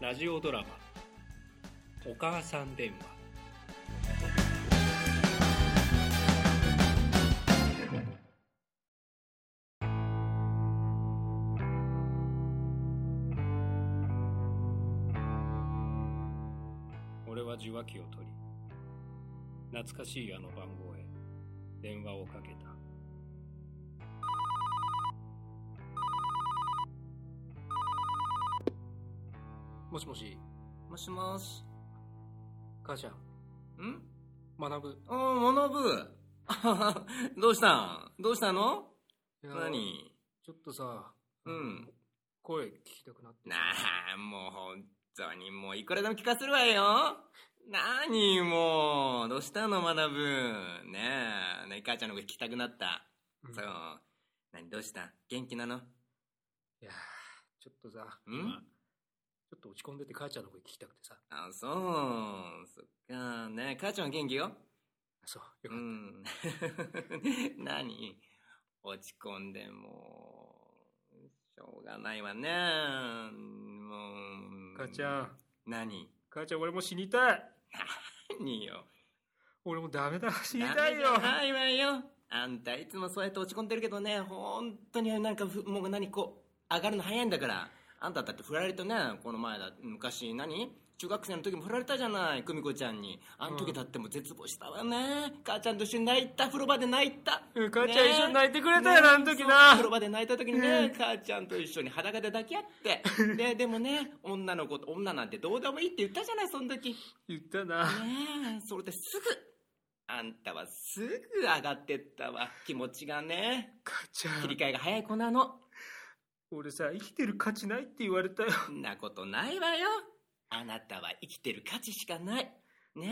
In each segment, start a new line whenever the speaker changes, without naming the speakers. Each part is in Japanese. ラジオドラマ「お母さん電話」俺は受話器を取り懐かしいあの番号へ電話をかけたもしもし
もしもし。
母ちゃん
ん
学ぶ
おー、学ぶ。あはは どうしたんどうしたの
いや
何
ちょっとさ、
うん
声聞きたくなって
なあ、もう本当にもういくらでも聞かせるわよ。なにもう、どうしたの学ぶ。ねえ、ねえ母ちゃんの声聞きたくなった。
うん
そう。何どうした元気なの
いやーちょっとさ、
うん
今ちょっと落ち込んでて母ちゃんの声聞きたくてさ、
あ、そう。そっか。ねえ母ちゃんは元気よ。
そう、よ
う
かっ
ん。 何落ち込んでもう、しょうがないわね。もう。
た母ちゃん、
何
母ちゃん、俺も死にたい。
何よ。
俺もダメだ、死に
ダ
た
メ
い
じ
よ
ゃ。ないわよ。あんたいつもそうやって落ち込んでるけどね、本当になんかふ、もう何こう、上がるの早いんだから。あんただって振られたね、この前だ、昔何中学生の時も振られたじゃない、久美子ちゃんに。あの時だってもう絶望したわね。母ちゃんと一緒に泣いた、風呂場で泣いた。
うん母ちゃん
ね
一緒に泣いてくれたよ
ね
なあの時な
そう風呂場で泣いた時に
う
ね
ん、
母ちゃんと一緒に裸で抱き合 って。で、でもね、女の子と女なんてどうでもいいって言ったじゃない、その時。
言ったな。
ねえそれですぐあんたはすぐ上がってったわ気持ちがね
母ちゃ
切り
ん、
替えが早い子なの
俺さ、生きてる価値ないって言われたよ。
そんなことないわよあなたは生きてる価値しかないねえ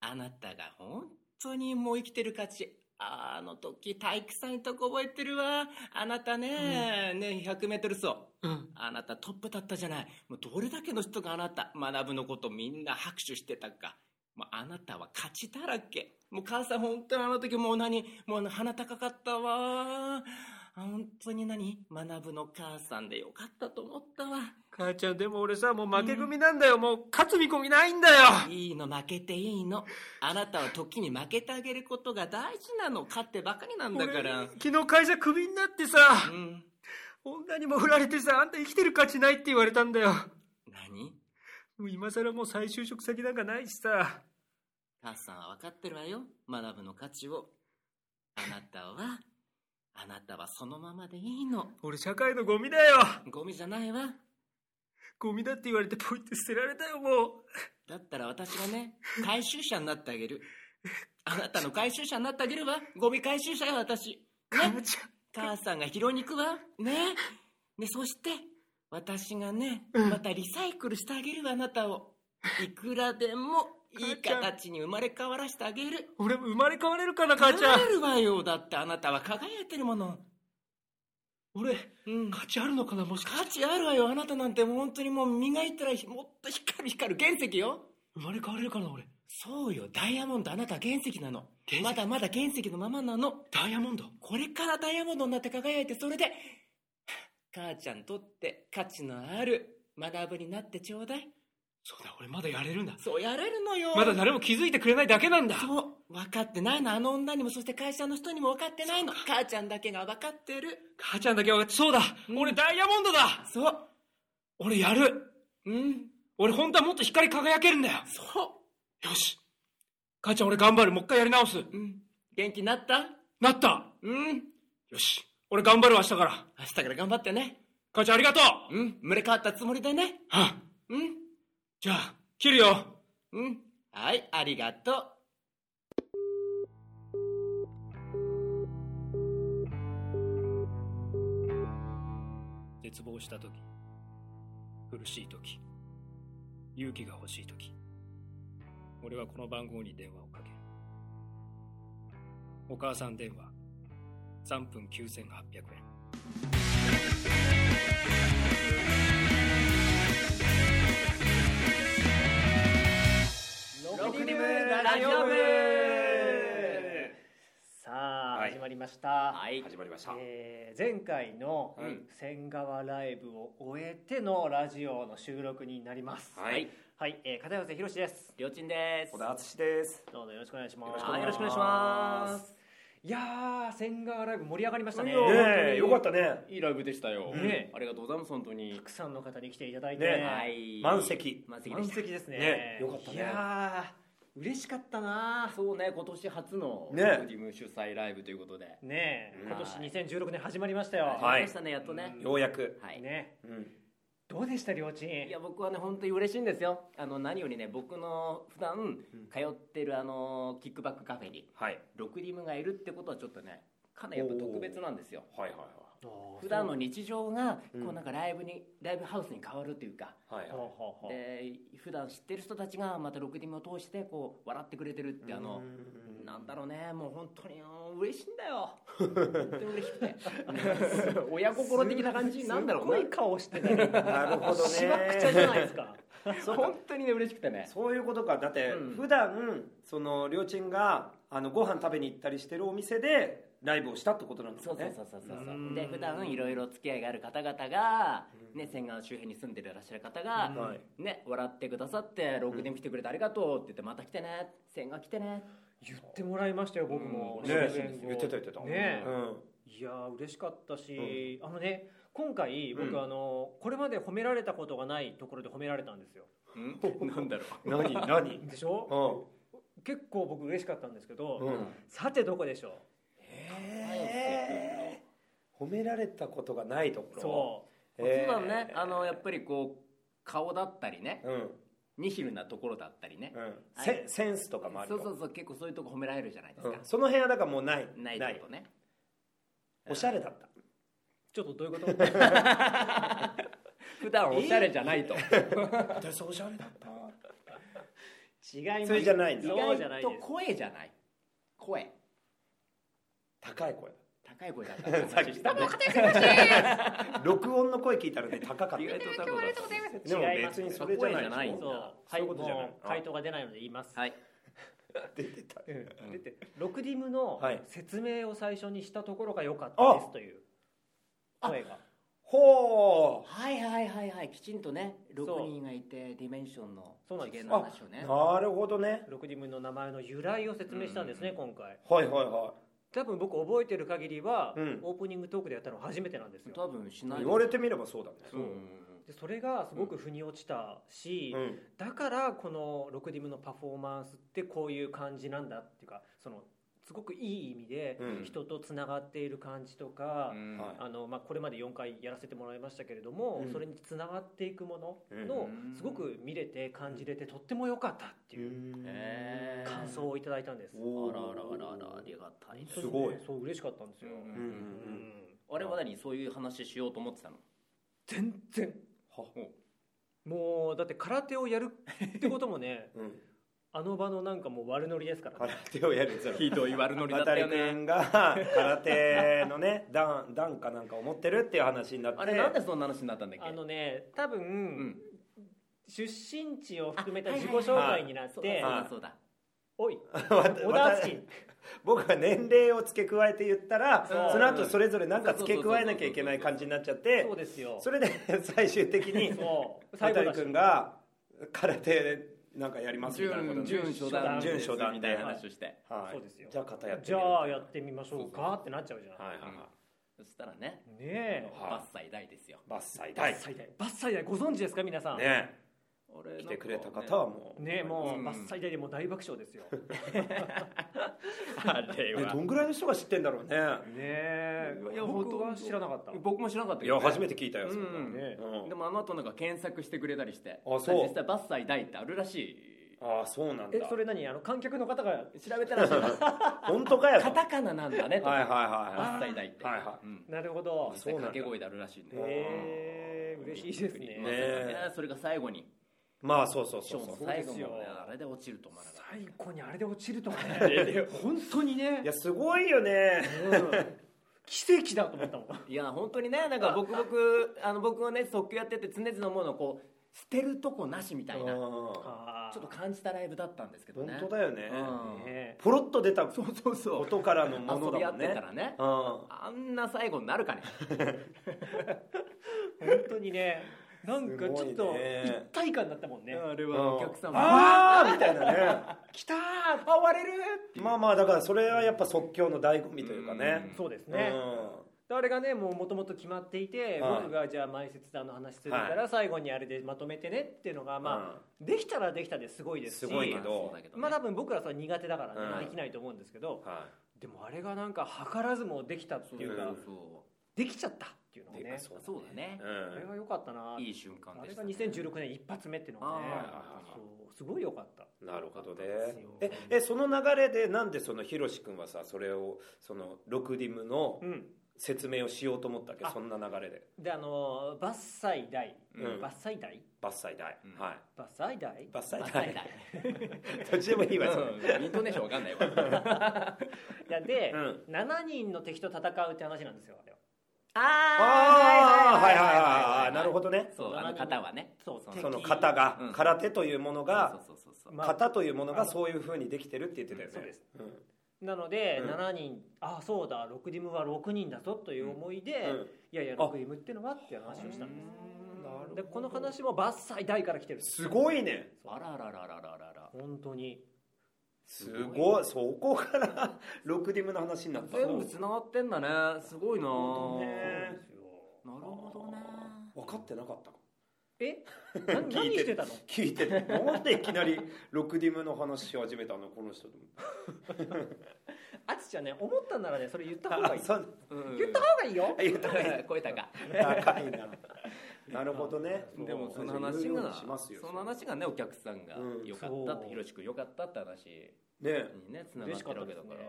あなたが本当にもう生きてる価値あの時体育祭のとこ覚えてるわあなたね、ね 100m 走
うん。
あなたトップだったじゃない。もうどれだけの人があなた、学ぶのことみんな拍手してたか。もうあなたは勝ちだらけ。もう母さん本当にあの時もう何、もうあの鼻高かったわ。本当に何学ぶの母さんでよかったと思ったわ。
母ちゃん、でも俺さ、もう負け組なんだよ。もう勝つ見込みないんだよ。
いいの負けていいの。あなたは時に負けてあげることが大事なの。勝ってばかりなんだから
俺。昨日会社クビになってさ、
うん。
女にも振られてさ、あんた生きてる価値ないって言われたんだよ。
何
もう今更もう再就職先なんかないしさ。
母さんは分かってるわよ学ぶの価値をあなたはあなたはそのままでいいの
俺社会のゴミだよ
ゴミじゃないわ
ゴミだって言われてポイって捨てられたよも
だったら私がね回収者になってあげるあなたの回収者になってあげるわゴミ回収者よ私
う
ね
母ち
母さんが拾いに行くわねねそして私がね
うん
またリサイクルしてあげるわあなたをいくらでもいい形に生まれ変わらせてあげる
ゃん俺も生まれ変われるかな母ちゃん
輝るわよだってあなたは輝いてるもの
俺
うん
価値あるのかなもしか
価値あるわよあなたなんてもう本当にもう磨いたらもっと光る光る原石よ
生まれ変われるかな俺
そうよダイヤモンドあなたは原石なの
原石
まだまだ原石のままなの
ダイヤモンド
これからダイヤモンドになって輝いてそれで母ちゃんにとって価値のある学ぶになってちょうだい
そうだ俺まだやれるんだ
そうやれるのよ
まだ誰も気づいてくれないだけなんだ
そう分かってないのあの女にもそして会社の人にも分かってないの母ちゃんだけが分かってる
母ちゃんだけはそうだ
うん
俺ダイヤモンドだ
そう
俺やる
うん
俺本当はもっと光り輝けるんだよ
そ
よし母ちゃん俺頑張るもう一回やり直す
ううん元気になった
なった
うん
よし俺頑張るわ明日から
明日から頑張ってね
母ちゃんありがとう
うん群れ変わったつもりでね
はあ
うん
じゃあ切るよ
うんはいありがとう
絶望した時苦しい時勇気が欲しい時俺はこの番号に電話をかけるお母さん電話3分9800円
ロ
クリムラジオ部
さあ、
が始まりました、
はい
始まりました、
えー前回の
うん
千川ライブを終えてのラジオの収録になります
はい
はい、えー片寄宏です
りょうちんです
小田敦です
どうぞよろしくお願いします
はいよろしくお願いします
いやー千川ライブ盛り上がりましたね
ねえ
本当
よ
に
かったね
いいライブでしたよ
ね
ありがとうございます本当に
たくさんの方に来ていただいて、
ね
はい
満席
満席で
満
した
席ですね
ねよかったね
いやー嬉しかったな
そうね今年初の
ね
事務主催ライブということで
ねえ
うん
今年2016年始まりましたよ、
い
はいましたねやっとね
ようやく、
はい
ね
うん、
どうでした両親
いや僕はね本当に嬉しいんですよあの何よりね僕の普段通ってるあのキックバックカフェに
はい
6リムがいるってことはちょっとねかなりやっぱ特別なんですよ
はいはい
普段の日常が
うん
こうなんかライブに、ライブハウスに変わるというか
はいはい
ほうほうほう
で普段知ってる人たちがまた6リムを通してこう笑ってくれてるってあの
うん
なんだろうねもう本当にあの嬉しいんだよ本当に嬉しくて親心的な感じなんだろう
すっご
ね
い顔してたね
なるほどね
しわくちゃじゃないですか
本当にね嬉しくてね
そういうことかだって
うん
普段、そのりょうちんがあのご飯食べに行ったりしてるお店でライブをしたってことなんです
そ
ね
うそうそうそうそう
う
そ
ん
うで普段いろいろ付き合いがある方々が、ね、千川周辺に住んでらっしゃる方が、
はい
ね、笑ってくださって「6年来てくれてありがとう」って言って「また来てね千川来てね
言ってもらいましたよ僕も、
うん
出
ね
演後
言ってた言ってた
ねえ
うん
いやー嬉しかったし、あのね今回僕、
うん
あのこれまで褒められたことがないところで褒められたんですよ」
んなんだろう
何何
でしょ
う
結構僕嬉しかったんですけど、
んうん
さてどこでしょ
へえ褒められたことがないとこ
う
ろ
そ
そうだねあのやっぱりこう顔だったりね
うん
ニヒルなところだったりね、
うん
はい
セセンスとかもある
そ
と
うそうそう結構そういうとこ褒められるじゃないです
う
か
ん、その辺はだからもうない
ないとこね
おしゃれだった
うちょっとどういうこと
普段おしゃれじゃないと、
私おしゃれだった
違います
それじゃないん
意
だ
外じゃな
意外
い
と
です
声じゃない声
高い声
高い声だったら
さっき
話したね
録音の声聞いたらね高かった
意外と高かった
でも
違います
別にそれじゃない
声じゃない
そう
そういうことじゃない
もう回答が出ないので言います、
はい
出てた
うん出てロクディムの
はい
説明を最初にしたところが良かったですという声が
ほ
はいはいはいはいきちんとね
そう
6人がいてディメンションの
そうなん
次
です
元の話を
う
ね
なるほどね
ロクディムの名前の由来を説明したんですね、
うん
今回
はいはいは
多分僕覚えてる限りは、
うん
オープニングトークでやったの初めてなんですよ
多分しないい
言われてみればそうだね
そう
でそれがすごく腑に落ちたし、
うん
だからこのロクディムのパフォーマンスってこういう感じなんだっていうかそのすごくいい意味で
うん
人とつながっている感じとか、
うん
はい
あのまあ、これまで4回やらせてもらいましたけれども、
うん
それにつながっていくもの
う
の
ん
すごく見れて感じれてとっても良かったっていう
へー
感想をいただいたんです、
おー
あらあらあらあらありがたいです
すごい
そう嬉しかったんですよ、
うん
うんうんうん
ん
あれは何そういう話しようと思ってたの
全然
は
もうだって空手をやるってこと もね
うん
あの場のなんかもう悪ノリですからね
空手をやるぞ
ひどい悪ノリだったよ
渡
ね
君が空手のね段段かなんかを持ってるっていう話になって
あれなんでそんな話になったんだっけ
あのね多分、
うん
出身地を含めた自己紹介になって
そう
「
だそう
は
だそうだ
おい
わた
小田敦
僕は年齢を付け加えて言ったら
そう
その後それぞれ何か付け加えなきゃいけない感じになっちゃって
そうですよ
それで 最終的に
そう
渡
最後だし
君が空手なんかやりますみたいなこと
準
に
準初段
準初段
み
で
たいな話をして、
はい
そうですよ
じゃあ肩やって
じ
みよう
ゃあやってみましょうかってなっちゃうじゃん、
はいはいはい
そしたらね
ねえ
は
伐採大ですよ
伐採
バ
大
ッサイ大バッサイ大ご存知ですか皆さんね
ね
俺なんか
来てくれた方はもう
えもう、
うん
バッサイ大でもう大爆笑ですよね
あれ
え
は
どんぐらいの人が知ってんだろうね
え
いや
僕は
本当
知らなかった
僕も知らなかった
い
けど
や
ね
初めて聞いたよ
うん
そんな
うん
ね
うん
でもあの後なんか検索してくれたりして
あそう
実際バッサイ大ってあるらし
ああそうなんだ
えそれ何あの観客の方が
い調べたらしいな
本当かよ
カタカナなんだねと
はいはい
バッ
は
サイ大って
はいはい
うん
なるほど
実
そう
際
なんだ
掛け声であるらしいんで
うん
ええ嬉しいですね
まさかねそれが最後に
いまあそうそう
シ
そ
ョ
う
ー
そ
の
う
最後
そうです
もね
よ
あれで落ちると思わなかった
最後にあれで落ちるとはね本当にね
いやすごいよね
奇跡 だと思ったもん
いや本当にねなんか僕僕あの僕はね即興やってて常々思うのはこう捨てるとこなしみたいなちょ
本
あー
っと感じたライブだったんですけどね
当だよね
うん
ねえ
ポロッと出た
そうそうそう
音からのもの
遊び合
だ
っ
もん
て
ね
たらね
うん
あんな最後になるかね
本当にねなんかちょっ
すご
と
い
一
ね
体感になったもんね
あれ
うん
はお客さんも
あーみたいなね
来たーあ割れるっていう
まあまあだからそれはやっぱ即興の醍醐味というかね
そうです
うん
ね、であれがねもともと決まっていて、
はい
僕がじゃあ前説団の話するから、最後にあれでまとめてねっていうのが、まあできたらできたですごいですし
すごいけど
そうだけどね
まあ多分僕らそれ苦手だからね、
うん
できないと思うんですけど
は
でもあれがなんか図らずもできたって
そう
いうか、
そう
できちゃったっていうのがね
そうそうだね
い
あれが良かったな、
いい瞬間
あ
で
れ
し
が
たね
2016年一発目っていうのがね
あー
そうすごい良かった
うんなるほどね
そう
ええその流れでなんでそのひろし君はさそれをそのロクディムの
うん
説明をしようと思ったっけ
あ
そんな流れで
であの伐採大、
うん
伐採大
伐採代
うん
は
伐採大
い伐採
バイ
代
バ
どっちでもいいわそれ
イうんイントネーションわかんないわ
いやで、
うん
7人の敵と戦うって話なんですよあれは
ああはいはいはいはいなるほ
ど
どね
そうあの方はね
そう
そ
その型が
うん
空手というものが
そうそうそうそう
まあ
型というものがそういうふうにできてるって言ってたよね
そうです
うん
なので、
うん
7人あそうだロクディムは6人だぞという思いで、
うん
いやいやロクディムっていうのはっていう話をしたんで
うん
なるほ
す
ど
でこの話も伐採大から来てるんです
すごいね
あらあらあらあらあらあら
本当に
すごいそこから ロクディムの話になった
全部繋がってんだねすごいな
本当ねえ
そうですよ
なるほどね
分かってなかったか
えな
聞いて
何してたの
聞いててなんでいきなり ロクディムの話し始めたのこの人と思って
あつちゃんね思ったんならねそれ言った方が
あ
いい
そ
言っ
う
うん
た方がいいよ
言ったね
声高
高いななるほどね
でもその話が
しますよ
その話がねお客さんが
うん
良かったっ
そ
て
う
ひろしく良かったって話
ね
にね繋が
嬉
っ
しか
て
っ
る
た
わけだ
ですね
か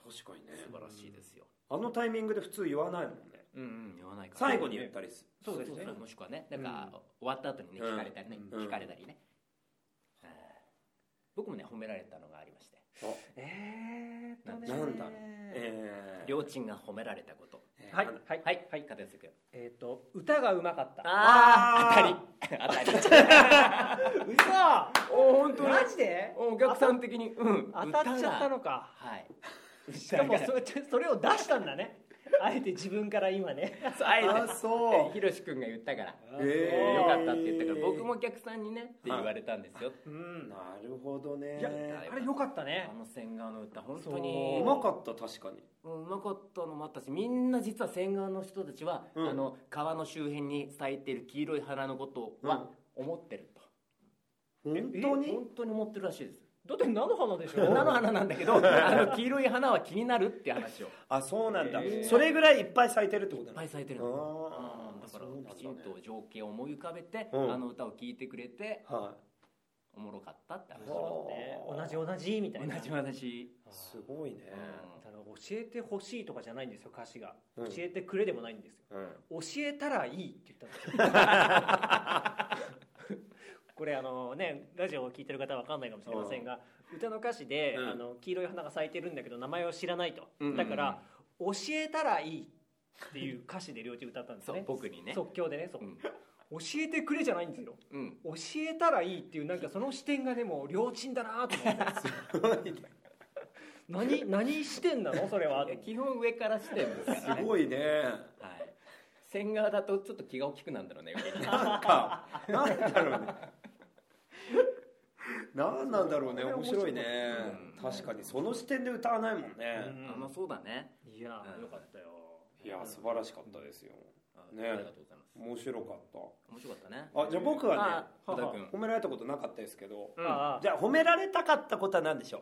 ら
確かにね
素晴らしいですよ
あのタイミングで普通言わないもんね
うんうん言わないから
最後に言ったりす
そうですね
そうもしくはねなんか終わった後にね
うん
聞かれたりね
うん
聞かれたりねうん僕もね褒められたのがありまして
えーっとね
なんだろうえー
両親が褒められたこと
はい
あ
はい
はいはい片付け
えーっと歌がうまかった
あ
あ
あ当たり当たり
嘘
お本
マジで
お客さん的にうん
当たっちゃったのか
はい
しかもそれそれを出したんだねあえて自分から今ね
あえ
あ
て
そう
ひろし君が言ったから
へえ
よかったって言ったから僕もお客さんにねって言われたんですよ
うん
なるほどね
いやあれよかったね
あの洗顔の歌本当
そう
に
うまかった確かに
うんうまかったのもあったしみんな実は洗顔の人たちは、
うん
あの川の周辺に咲いている黄色い花のことは思ってると、
本当に
本当に思ってるらしいです
だって菜の花でしょ
菜の花なんだ けどあの黄色い花は気になるって話をいっ
あそうなんだ
へえ
それぐらいいっぱい咲いてるってことな
ぱ
の
い咲いてるの
あ
うんだ
ー
か
そうなんだ
ら
ね
きちんと情景を思い浮かべて、
うん
あの歌を聴いてくれて
は
おもろかったって話
お
ね同じ同じみたい
同
な
じ話、
いすごいね
あの教えてほしいとかじゃないんですよ歌詞が、
うん
教えてくれでもないんですよ
うん
教えたらいいって言ったんです よこれあのねラジオを聞いてる方は分かんないかもしれませんが、歌の歌詞で、
うん
あの黄色い花が咲いてるんだけど名前を知らないと、
うんうんうん
だから教えたらいいっていう歌詞で両手歌ったんです
そう
ね
僕にね
即興でねそう、
うん
教えてくれじゃないんですよ
うん
教えたらいいっていうなんかその視点がでも両親だなと思って 何何視点なのそれは
え基本上から視点ですから
す
ね
ごいね
はい線側だとちょっと気が大きくなるんだろうね余計に
なんかなんだろうね何なんだろうね
こ
面
れ面白い
白いね
うん
確かにその視点で歌わないもん
う
ね
ん
あまあそうだね
いや
うん
ーよかったよ
いや素晴らしかったですよ
あ
ね
ありがとうございます
面白かった
面白かったね
あじゃあ僕はね
あ
は
福田
は
君
褒められたことなかったですけど
うん
ああ
じゃあ褒められたかったことは何でしょう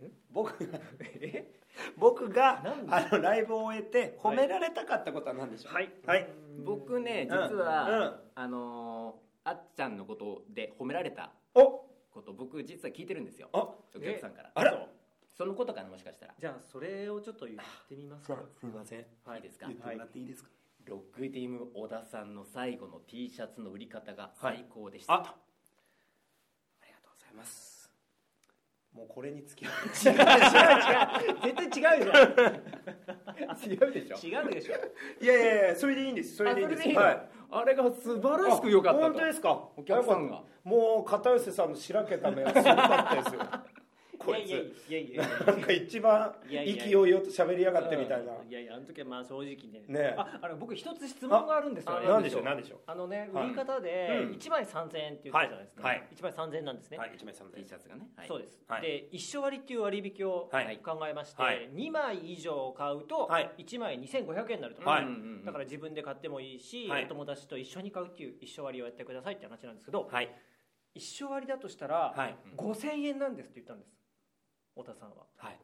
え
僕が
え
僕が
なんで
あのライブを終えて褒められたかったことは何でしょう
はい
はい
僕ね実
うんう
は
ん
あのーあっちゃんのことで褒められた
お
こと僕実は聞いてるんですよ
あ
お客さんから
あら
そのことかなもしかしたら
じゃあそれをちょっと言ってみますか
すいません
いいですか
言ってもらっていいですか
ロックディム小田さんの最後の T シャツの売り方が最高でした、
あありがとうございますもうこれにつき合う
違う違う絶対違うじゃ
違うでしょ
ん違うでしょ
いやいやいやそれでいいんですそれでいいんです
あそれでいいの
はい
あれが素晴らしく良かったと
本当ですか
お客さんが
もう片寄さんのしらけた目はすごかったですよこい
いやい
つ
やいやいやいや
なんか一番
いやいやいや
勢いよく喋りやがってみたいな
うんいやいやあの時はまあ正直ね
ねえ
ああの僕一つ質問があるんですよね
なんでしょうなんでしょう
あのね
はい
売り方で
うん
1枚3000円って言ったじゃないですか、
はいはい
1枚3000円なんですね、
はい1名様
T シャツがね、はい
そうです、
はい
で一緒割りっていう割引を考
はい
えまして、
はい
2枚以上買うと
はい
1枚2500円になると、
はい
うんうんうん
だから自分で買ってもいいし、
はい
お友達と一緒に買うっていう一緒割りをやってくださいって話なんですけど、
はい
一緒割りだとしたら、
はい
5000円なんですって言ったんです太田さんは
はい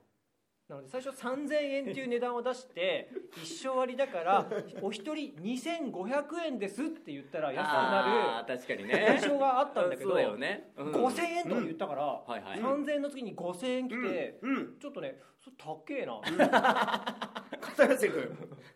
なので最初3000円っていう値段を出して一生割りだからお一人2500円ですって言ったら安くな
あー確かに
る
ね
印象があったんだけど、
そうよね、うん
5000円とか言ったから、
はいはい
3000円の次に5000円来て、
うん
ちょっとねそれ高えな、
片寄君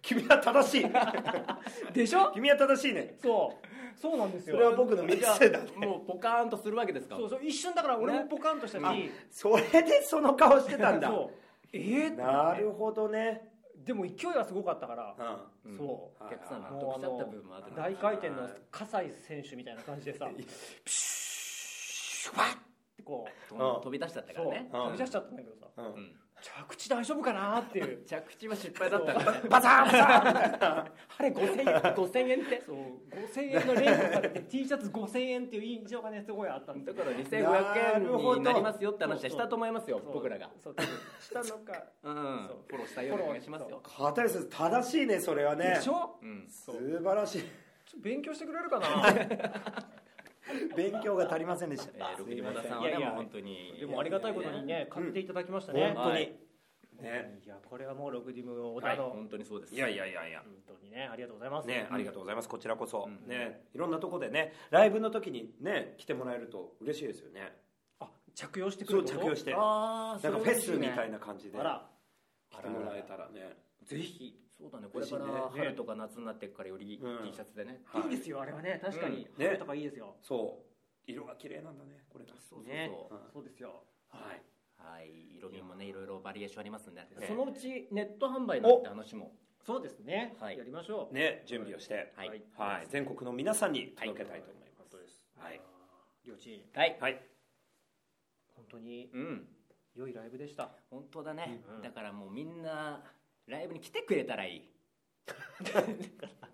君は正しい
でしょ
君は正しいね
そうそうなんです
それは
よ
僕のミ
じゃ
スだ
あもうポカーンとするわけですか
そうそう一瞬だから俺もポカンとしたし、
それでその顔してたんだ
そうええ
なるほどね
でも勢いはすごかったから、
う
うん
そ
お客さん納
もう
得
あ
しちゃった
の
部分もあった
大回転の葛西選手みたいな感じでさプシュワッってこう
うん
飛び出しちゃったから
そう
ね
飛び出しちゃったんだけどさ
んうん
着地大丈夫かなっていう
着地は失敗だったんだね
バサン
あれ5000円5000円 ってそう5000円のレンズされて T シャツ5000円っていう印象がねすごいあったん
だ
だ
か
けど
ら2500円になりますよって話はしたと思いますよ
そう
僕らが
そう多分したのか
うん
そう
フォローしたいようにお願いしますよ
片寄さん正しいねそれはね
でしょ
うん
素晴らしい
ちょっと勉強してくれるかな
勉強が足りませんでした
えー六里もださん
い
は
や
ね
いや
もう本当に
でもありがたいことにね買っていただきましたね
本当
は
に
い
ね
いやこれはもうログディムの小
は
田
い
の、
本当にそうです
いやいやいやいや
本当にねありがとうございます
ね、ありがとう
う
ございますこちらこそ、
うん
ねいろんなとこでねライブの時にね来てもらえると嬉しいですよね
あ着用してく
そ
る
う着用してなんか
ああ
フェスみたいな感じで
あら
来てもらえたらね
ぜひそうだねこれから
嬉しいね
春とか夏になってっからより
うん
T シャツでね
はい
いいですよあれはね確かに
うんね
春とかいいですよ
そう色が綺麗なんだねこれが
そう
ね
そうそう
そうですよ
はい
はい色味もねいろいろバリエーションありますんで
ね
そのうちネット販売なんて話も
そうですね
はい
やりましょう
ね準備をして
はい
はい
はい、全国の皆さんに届けたいと思います、はい
両チーム
はい
はい
本当に
うん
良いライブでした
本当だね
うん
だからもうみんなライブに来てくれたらいい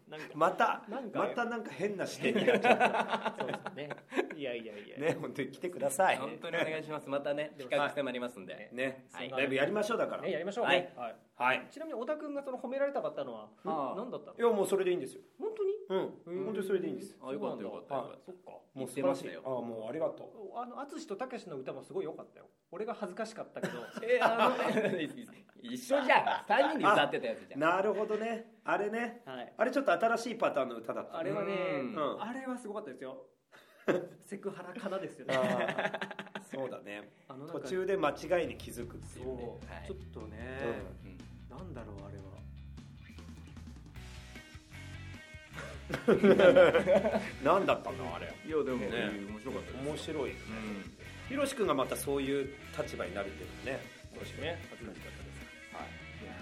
なんか
また
なんか
またなんか変な視点になっちゃっ
そうですねいやいやいや
たね 本当に来てください
本当にお願いしますまたね
でも
企画迫りますんで
ね
ね、
はい
ライブやりましょうだから、
ねやりましょう
はい
はい
はい
ちなみに小田君がその褒められたかったのは
ああ
何だったの
いやもうそれでいいんですよ
本当に
うん、本当にそれでいいんです
あよかったよかったよかっ
そっか
もう素晴らしい
言ってましたよ
あもうありがとう
あの淳と武の歌もすごい良かったよ俺が恥ずかしかったけ ど
たえあの 一緒じゃん3人で歌ってたやつじゃん
なるほどねあれね
はい
あれちょっと新しいパターンの歌だった
あれはね、
うん
あれはすごかったです よ。セクハラかなですよ
あ
ね。
ー そうだね
あの
途中で間違いに気づくって
そ、
いううね
はい
ちょっとね、
うん
なんだろうあれは。
何だったんだあれ
いやでもね
ね
面白かった
面
い
白いよねひろしくんがまたそういう立場になるっていうのね
そうですね。恥ずかしかったです。
はい
いや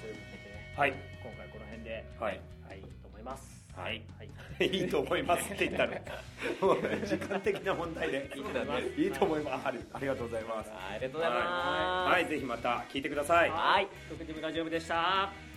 ーということでね、
はい
今回この辺で、
はい
はい、いいと思います。
はい
はい。
いいと思いますって言ったのもう 時間的な問題で
いいと思います
いいと思いますありありがとうございます
ありがとうございます
はいはいぜひまた聞いてください
はい。特別ラジオ部でした。